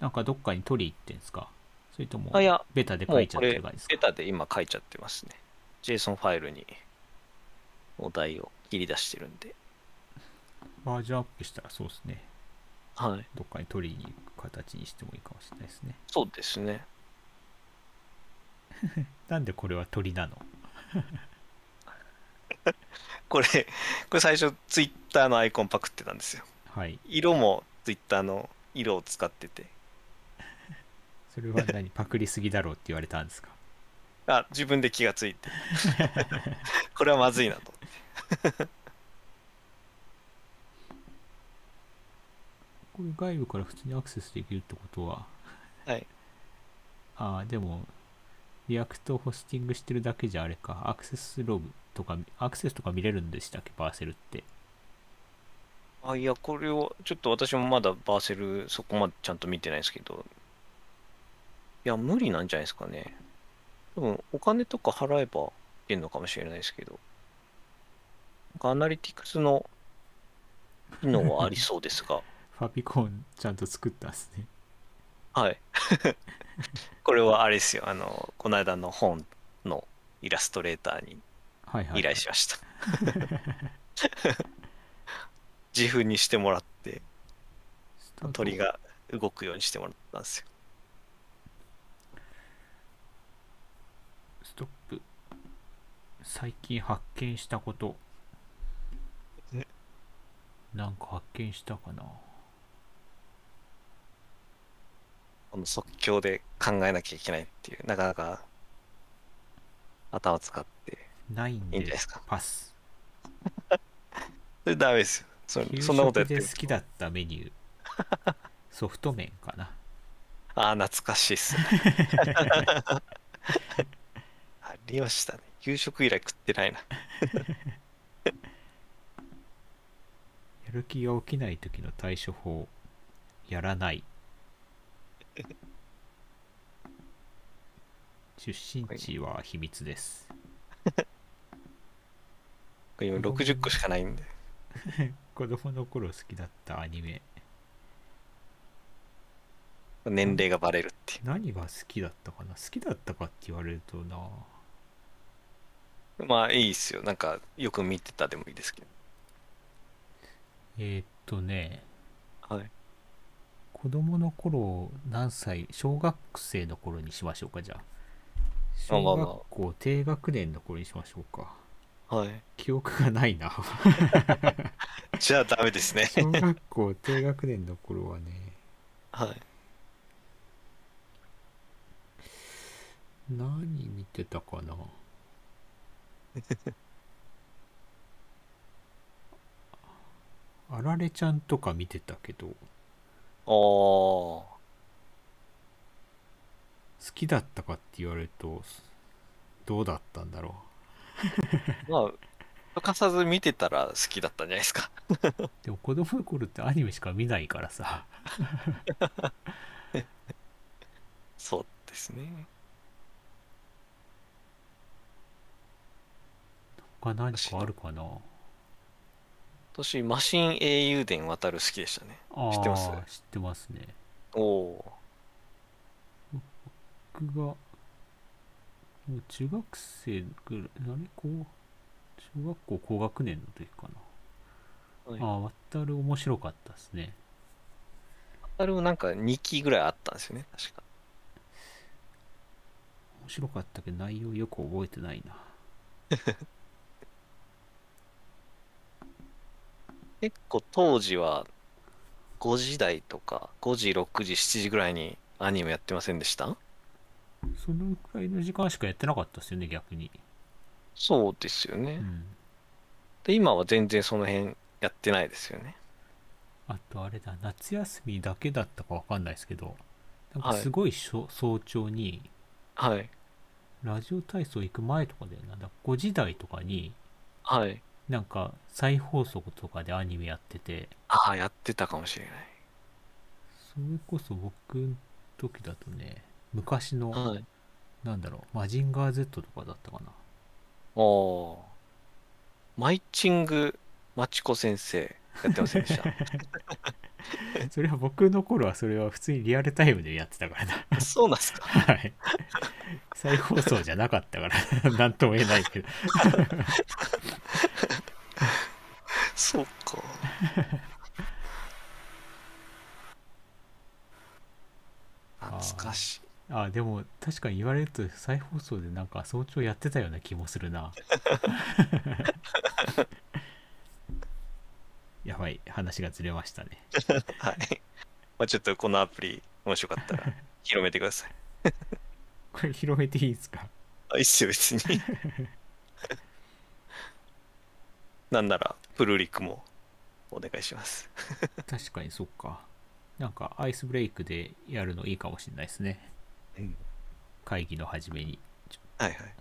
Speaker 1: なんかどっかに取り行ってんですかそれとも
Speaker 2: あ、い、や、
Speaker 1: ベタで
Speaker 2: も
Speaker 1: 書
Speaker 2: う
Speaker 1: いちゃ
Speaker 2: こ
Speaker 1: って
Speaker 2: れ
Speaker 1: る感じです、
Speaker 2: ベ
Speaker 1: か
Speaker 2: タで今書いちゃってますね。JSON ファイルにお題を切り出してるんで。
Speaker 1: バージョンアップしたらそうですね。
Speaker 2: はい。
Speaker 1: どっかに取りに行く形にしてもいいかもしれないですね。
Speaker 2: そうですね。
Speaker 1: なんでこれは鳥なの
Speaker 2: これ、これ最初、ツイッターのアイコンパクってたんですよ。
Speaker 1: はい。
Speaker 2: 色もツイッターの色を使ってて。
Speaker 1: それは何パクりすぎだろうって言われたんですか
Speaker 2: あ、自分で気がつ いて。これはまずいなと。
Speaker 1: これ外部から普通にアクセスできるってことは、
Speaker 2: はい。
Speaker 1: ああ、でも、リアクトをホスティングしてるだけじゃあれか、アクセスログとか、アクセスとか見れるんでしたっけ、パーセルって。
Speaker 2: あ、いや、これを、ちょっと私もまだバーセル、そこまでちゃんと見てないですけど、いや、無理なんじゃないですかね。多分、お金とか払えば出るのかもしれないですけど、なんかアナリティクスの機能はありそうですが、
Speaker 1: ファビコンちゃんと作ったんですね。
Speaker 2: はい。 これはあれですよ、あの、この間の本のイラストレーターに
Speaker 1: はいはい。
Speaker 2: 依頼し ました。自負にしてもらって、
Speaker 1: スタート
Speaker 2: 鳥。が動くようにしてもらったんですよ。
Speaker 1: ストップ。最近発見したこと
Speaker 2: え。
Speaker 1: なんか発見したかな
Speaker 2: この即興で考えなきゃいけないっていう、なかなか頭使って
Speaker 1: ないん
Speaker 2: いいんじゃない
Speaker 1: で
Speaker 2: ですか。
Speaker 1: パス。
Speaker 2: それダメですよ。そ
Speaker 1: 給
Speaker 2: そんなことや
Speaker 1: 食
Speaker 2: って
Speaker 1: で
Speaker 2: る
Speaker 1: 好きだったメニュー。 ソフト麺かな。
Speaker 2: ああ、懐かしい っすね。ありましたね。給食以来食ってないな。
Speaker 1: やる気が起きない時の対処法。やらない。 出身地は秘密です。
Speaker 2: これ今60個しかないんで。
Speaker 1: 子供の頃好きだったアニメ。
Speaker 2: 年齢がバレるってい
Speaker 1: 何が好きだったかな好きだったかって言われるとな。
Speaker 2: う。まあいいっすよ。なんかよく見てたでもいいですけ
Speaker 1: えーっとね、
Speaker 2: ど。はい。
Speaker 1: 子供の頃何歳小学生の頃にしましょうかじゃあ。
Speaker 2: まあ
Speaker 1: 小
Speaker 2: まあまあ
Speaker 1: 学校低学年の頃にしましょうか。
Speaker 2: はい。
Speaker 1: 記憶がない な。
Speaker 2: じゃあダメですね。
Speaker 1: 小学校低学年の頃はね、
Speaker 2: はい。
Speaker 1: 何見てたか なあられちゃんとか見てたけど、好
Speaker 2: おー。
Speaker 1: きだったかって言われると、どうだったんだろ
Speaker 2: まあ、欠かさず見てたら好きだったんじゃないですか。
Speaker 1: う。でも子供の頃ってアニメしか見ないからさ、
Speaker 2: そうですね。
Speaker 1: 他何かあるかな
Speaker 2: 私、マシン英雄伝渡る好きでしたね。知ってます
Speaker 1: あー知ってますね。
Speaker 2: おお
Speaker 1: 僕が、もう中学生ぐらい、あれこう、小学校高学年の時か
Speaker 2: ー。
Speaker 1: な。ああ、渡る面白かったですね。
Speaker 2: 渡るもなんか2期ぐらいあったんですよね、確か。
Speaker 1: 面白かったけど内容よく覚えてないな。
Speaker 2: 結構当時は5時台とか、5時、6時、7時ぐらいにアニメやってませんでした
Speaker 1: そのくらいの時間しかやってなかったですよね、逆に。
Speaker 2: そうですよ
Speaker 1: う
Speaker 2: ね。
Speaker 1: ん。
Speaker 2: で、今は全然その辺やってないですよね。
Speaker 1: あとあれだ、夏休みだけだったかわかんないですけど、なんか
Speaker 2: はい
Speaker 1: すごいしょ、早朝に、
Speaker 2: はい。
Speaker 1: ラジオ体操行く前とかだよな、だ5時台とかに、
Speaker 2: はい。
Speaker 1: なんか再放送とかでアニメやってて、
Speaker 2: ああ、やってたかもしれない。
Speaker 1: それこそ僕の時だとね、昔の、
Speaker 2: はい。
Speaker 1: なんだろう、マジンガー Z とかだったかな。
Speaker 2: おーマイチングマチコ先生やってませんでした
Speaker 1: それは僕の頃はそれは普通にリアルタイムでやってたからな。
Speaker 2: そうなんですか
Speaker 1: はい。再放送じゃなかったから、なんとも言えないけど。
Speaker 2: そうか。懐かしい。
Speaker 1: あ、でも確かに言われると再放送でなんか早朝やってたような気もする な。やばい、話がずれましたね。
Speaker 2: はい。まあ、ちょっとこのアプリ、もしよかった ら広めてください。
Speaker 1: これ広めていいですか
Speaker 2: あ、いいっすよ、別に。なんなら、プルリクもお願いします。
Speaker 1: 確かにそっか。なんかアイスブレイクでやるのいいかもしれないですね。
Speaker 2: うん
Speaker 1: 会議の始めに。
Speaker 2: はいはい。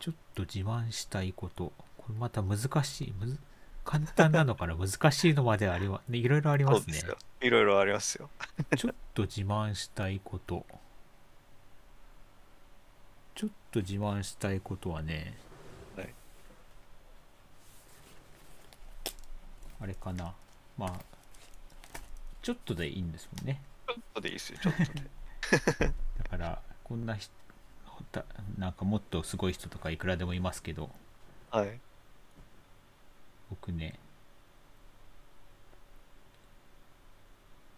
Speaker 1: ちょっと自慢したいこと。これまた難しい。むず簡単なのから難しいのまでありま、ね、いろいろありま
Speaker 2: そう
Speaker 1: す
Speaker 2: で
Speaker 1: ね
Speaker 2: す。よ。いろいろありますよ。
Speaker 1: ちょっと自慢したいこと。ちょっと自慢したいことはね、
Speaker 2: はい
Speaker 1: あれかな。まあ、ちょっとでいいんですもんね。
Speaker 2: ちょっとでいいっすよ、ちょっとで。
Speaker 1: だから、こんなひほたなんかもっとすごい人とかいくらでもいますけど、
Speaker 2: はい。
Speaker 1: 僕ね、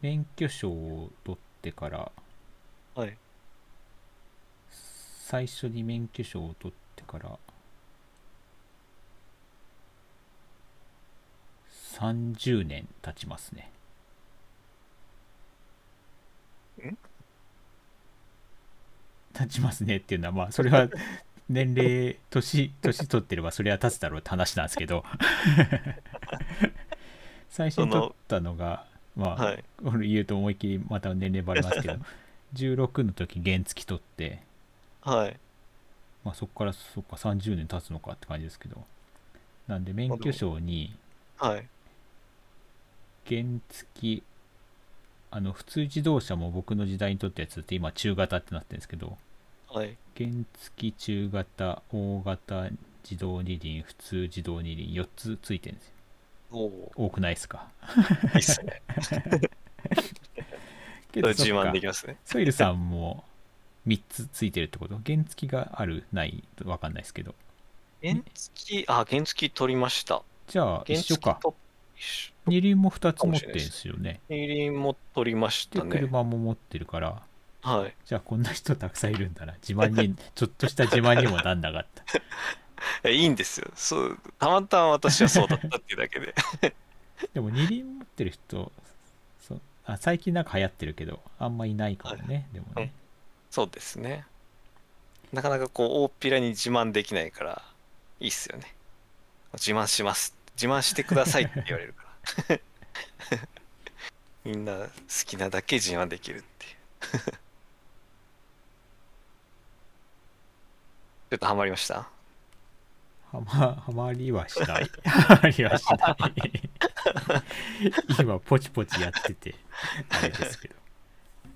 Speaker 1: 免許証を取ってから、
Speaker 2: はい。
Speaker 1: 最初に免許証を取ってから30年経ちますね
Speaker 2: ん
Speaker 1: 経ちますねっていうのはまあそれは年齢 年年取ってればそれは経つだろうって話なんですけど最初に取ったのがまあ、
Speaker 2: はい
Speaker 1: これ言うと思いっきりまた年齢バレますけど16の時原付取って
Speaker 2: はい。
Speaker 1: まあ、そこからそっか30年経つのかって感じですけどなんで免許証に
Speaker 2: はい。
Speaker 1: 原付あの普通自動車も僕の時代にとったやつって今中型ってなってるんですけど
Speaker 2: はい。
Speaker 1: 原付中型大型自動二輪普通自動二輪4つついてるんですよ
Speaker 2: おお
Speaker 1: 多くないですか
Speaker 2: ー、いいっすね。
Speaker 1: け
Speaker 2: そ れ
Speaker 1: そっ
Speaker 2: 自慢
Speaker 1: か
Speaker 2: できますね。
Speaker 1: ソイルさんも3つついてるってこと原付があるないわかんないですけど
Speaker 2: 原付、あ、原付取りました。
Speaker 1: じゃあ
Speaker 2: 原
Speaker 1: 一緒
Speaker 2: 付
Speaker 1: か
Speaker 2: と一緒
Speaker 1: 二輪も2つ持ってるんですよね
Speaker 2: 二輪も取りまし
Speaker 1: で
Speaker 2: たね。
Speaker 1: 車も持ってるから
Speaker 2: はい。
Speaker 1: じゃあこんな人たくさんいるんだな自慢 にちょっとした自慢にもなんなかった
Speaker 2: いやいいんですよ。そう、たまたま私はそうだったっていうだけで。
Speaker 1: でも二輪持ってる人そうあ最近なんか流行ってるけどあんまいないからねでもね
Speaker 2: そうですね。なかなかこう、大っぴらに自慢できないから、いいっすよね。自慢します。自慢してくださいって言われるから。 みんな好きなだけ自慢できるっていう。 ちょっとハマりまし
Speaker 1: は
Speaker 2: た
Speaker 1: まはまりはしないはまりはしない 今ポチポチやっててあれですけど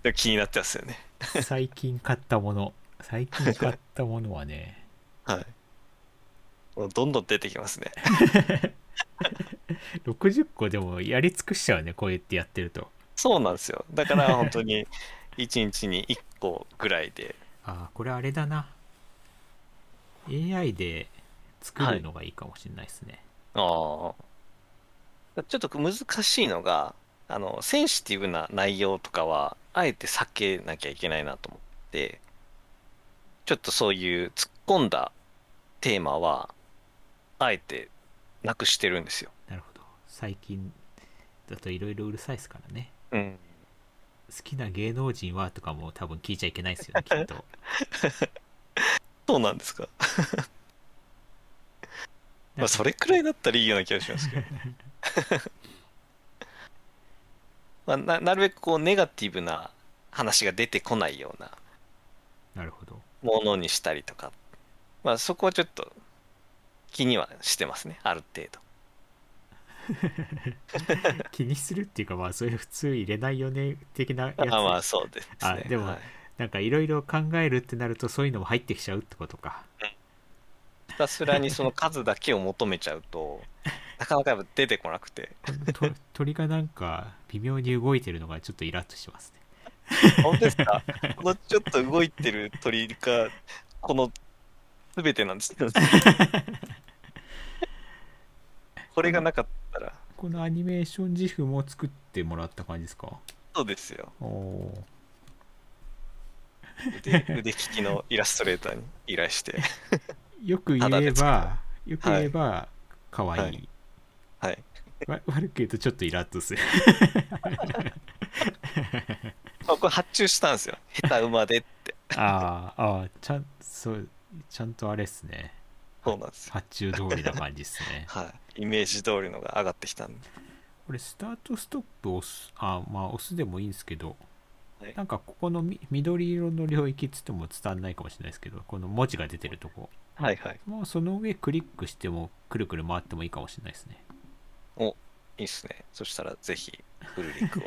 Speaker 2: でも気になってますよね。
Speaker 1: 最近買ったもの最近買ったものはね
Speaker 2: はい。もうどんどん出てきますね。
Speaker 1: 60個でもやり尽くしちゃうねこうやってやってると
Speaker 2: そうなんですよ。だから本当に1日に1個ぐらいで。
Speaker 1: ああこれあれだな AI で作るのがいいかもしれないですね、
Speaker 2: ああ。ちょっと難しいのが、あの、センシティブな内容とかは、あえて避けなきゃいけないなと思って、ちょっとそういう突っ込んだテーマは、あえてなくしてるんですよ。
Speaker 1: なるほど最近だといろいろうるさいですからね
Speaker 2: うん。
Speaker 1: 好きな芸能人はとかも多分聞いちゃいけないですよ ねきっと
Speaker 2: そうなんですか。まあ、それくらいだったらいいような気がします けど。まあ、ななるべくこうネガティブな話が出てこないような
Speaker 1: なるほど
Speaker 2: ものにしたりとか、まあ、そこはちょっと気にはしてますねある程度
Speaker 1: 気にするっていうかまあそういう普通入れないよね的なやつ
Speaker 2: あまあそうですね
Speaker 1: あでも
Speaker 2: はい
Speaker 1: なんかいろいろ考えるってなるとそういうのも入ってきちゃうってことか
Speaker 2: ひたすらにその数だけを求めちゃう となかなかやっぱ出てこなくて
Speaker 1: この と鳥がなんか微妙に動いてるのがちょっとイラッとしますね
Speaker 2: 本当ですかこのちょっと動いてる鳥がこの全てなんです よこれがなかったら
Speaker 1: このアニメーション自負も作ってもらった感じですか
Speaker 2: そうですよ
Speaker 1: おおー
Speaker 2: 腕腕利きのイラストレーターに依頼して
Speaker 1: よく言
Speaker 2: ただ
Speaker 1: え
Speaker 2: で作
Speaker 1: ばよく言えば可愛い、
Speaker 2: はいはい
Speaker 1: わ悪く言うとちょっとイラッと する
Speaker 2: まあこれ発注したんですよ下手馬でって
Speaker 1: あーあーちゃんそうちゃんとあれっすね
Speaker 2: そうなんですよ
Speaker 1: 発注通りな感じっす ね
Speaker 2: はいイメージ通りのが上がってきたんで
Speaker 1: これスタートストップ押すあまあ押すでもいいんですけど、
Speaker 2: はい
Speaker 1: なんかここのみ緑色の領域っつっても伝わんないかもしれないですけどこの文字が出てるとこ
Speaker 2: はいはい
Speaker 1: もうその上クリックしてもくるくる回ってもいいかもしれないですね
Speaker 2: いいっすねそしたらぜひフルリ クを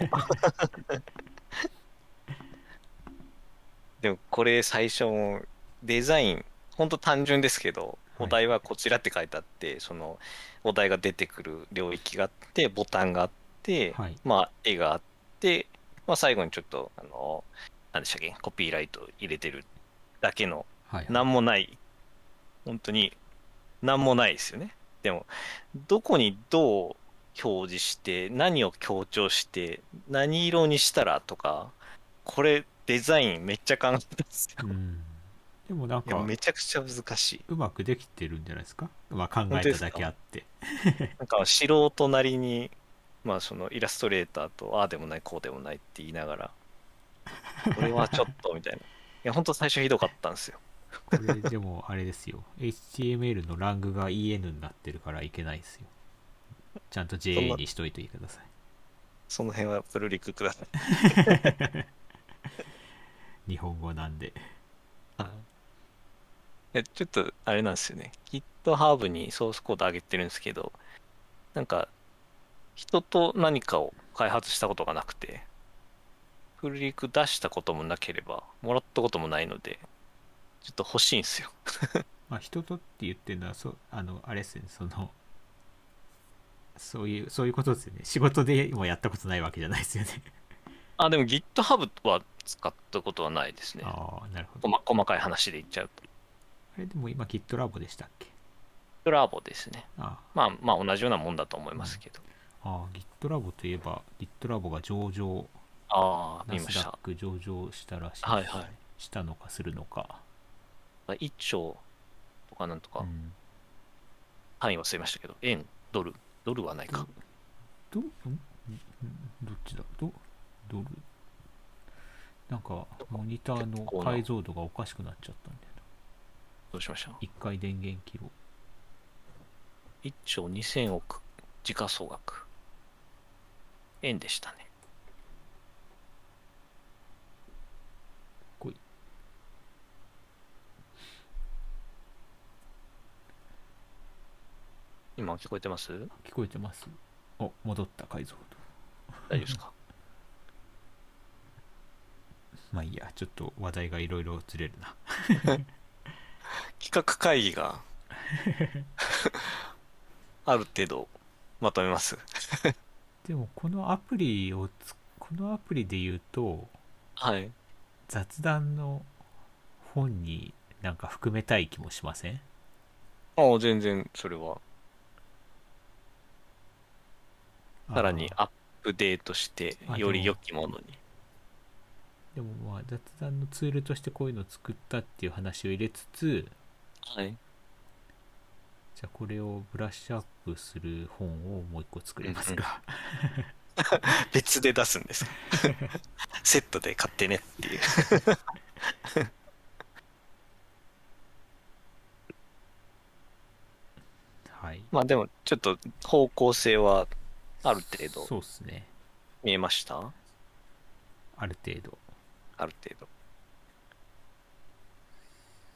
Speaker 2: でもこれ最初もデザインほんと単純ですけど
Speaker 1: はい
Speaker 2: お題はこちらって書いてあって、そのお題が出てくる領域があってボタンがあって、
Speaker 1: はい
Speaker 2: まあ絵があって、まあ、最後にちょっとあの何でしたっけコピーライト入れてるだけの
Speaker 1: はい
Speaker 2: なんもない本当になんもないですよねでもどこにどう表示して何を強調して何色にしたらとかこれデザインめっちゃ考えたんです
Speaker 1: う
Speaker 2: よ
Speaker 1: んでもなん
Speaker 2: いや
Speaker 1: か
Speaker 2: めちゃくちゃ難しいう
Speaker 1: まくできてるんじゃないですか、まあ、考
Speaker 2: 本当
Speaker 1: え
Speaker 2: で
Speaker 1: た
Speaker 2: すか
Speaker 1: だけあって
Speaker 2: なんか素人なりにまあそのイラストレーターとああでもないこうでもないって言いながらこれはちょっとみたいないや本当最初ひどかったんですよ
Speaker 1: これでもあれですよ HTML のラングが EN になってるからいけないですよちゃんと JA にしといてください
Speaker 2: その辺はプルリクください
Speaker 1: 日本語なんで
Speaker 2: えちょっとあれなんですよね。GitHub にソースコード上げてるんですけど、なんか、人と何かを開発したことがなくて、フルリク出したこともなければ、もらったこともないので、ちょっと欲しいんですよ。
Speaker 1: まあ、人とって言ってるのはそあのあれですよねそのそういうそういうことですよね仕事でもやったことないわけじゃないですよね
Speaker 2: あ、でも GitHub は使ったことはないですね。
Speaker 1: ああなるほど
Speaker 2: 細細かい話で言っちゃうと。
Speaker 1: あれでも今 GitLab でしたっけ
Speaker 2: グラボですね。
Speaker 1: あ
Speaker 2: まあまあ同じようなもんだと思いますけど。
Speaker 1: あああ GitLab といえば GitLab が上場
Speaker 2: ああ、
Speaker 1: ナ
Speaker 2: 見ま
Speaker 1: ス
Speaker 2: し
Speaker 1: ダッ
Speaker 2: た。
Speaker 1: ク上場したらしいですね
Speaker 2: はいはい
Speaker 1: したのかするのか、
Speaker 2: 1兆とかなんとか。
Speaker 1: うん
Speaker 2: 単位忘れましたけど、円、ドル、ドルはないか。
Speaker 1: どんんんどっちだどどれなんかモニターの
Speaker 2: 結構な
Speaker 1: 解像度がおかしくなっちゃったんだよな
Speaker 2: どうしました
Speaker 1: 一回電源切ろう
Speaker 2: ?1 兆2000億、時価総額。円でしたね。
Speaker 1: こい
Speaker 2: 今聞こえてます
Speaker 1: 聞こえてますお戻った解像度
Speaker 2: 大丈夫ですか
Speaker 1: まあいいやちょっと話題がいろいろずれるな
Speaker 2: 企画会議 がある程度まとめます。
Speaker 1: でもこのアプリをつこのアプリで言うと
Speaker 2: はい。
Speaker 1: 雑談の本になんか含めたい気もしません
Speaker 2: ああ、全然それは。さらに
Speaker 1: あー
Speaker 2: アップデートして
Speaker 1: あ、
Speaker 2: より
Speaker 1: で
Speaker 2: 良
Speaker 1: も
Speaker 2: きものに。
Speaker 1: でもまあ雑談のツールとしてこういうのを作ったっていう話を入れつつ
Speaker 2: はい。
Speaker 1: じゃあこれをブラッシュアップする本をもう一個作りますか、
Speaker 2: 別で出すん です。セットで買ってねっていう。
Speaker 1: はい
Speaker 2: まあでも、ちょっと方向性はある程度
Speaker 1: そうっすね
Speaker 2: 見えました
Speaker 1: ある程度
Speaker 2: ある程度。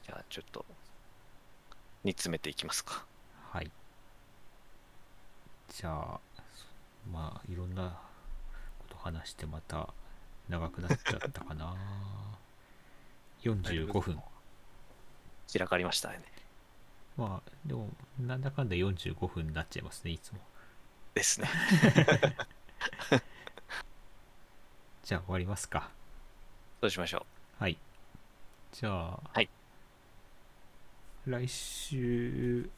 Speaker 2: じゃあ、ちょっと、煮詰めていきますか。
Speaker 1: はいじゃあまあいろんなこと話してまた長くなっちゃったか な45分
Speaker 2: 散らかりましたね。
Speaker 1: まあでもなんだかんだ45分になっちゃいますねいつも
Speaker 2: ですね。
Speaker 1: じゃあ終わりますか
Speaker 2: どうしましょ
Speaker 1: はいじゃあ、
Speaker 2: はい
Speaker 1: 来週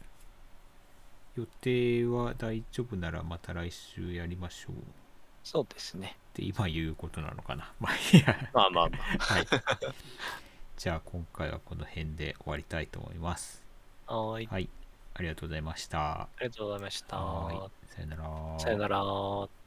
Speaker 1: 予定は大丈夫ならまた来週やりましょうっ
Speaker 2: う。そうですね。
Speaker 1: て今言うことなのかな まあいいや
Speaker 2: まあまあま
Speaker 1: はい。じゃあ今回はこの辺で終わりたいと思います。
Speaker 2: あ。はい。
Speaker 1: はい。ありがとうございました。
Speaker 2: ありがとうございました。
Speaker 1: はい。さよなら。
Speaker 2: さよなら。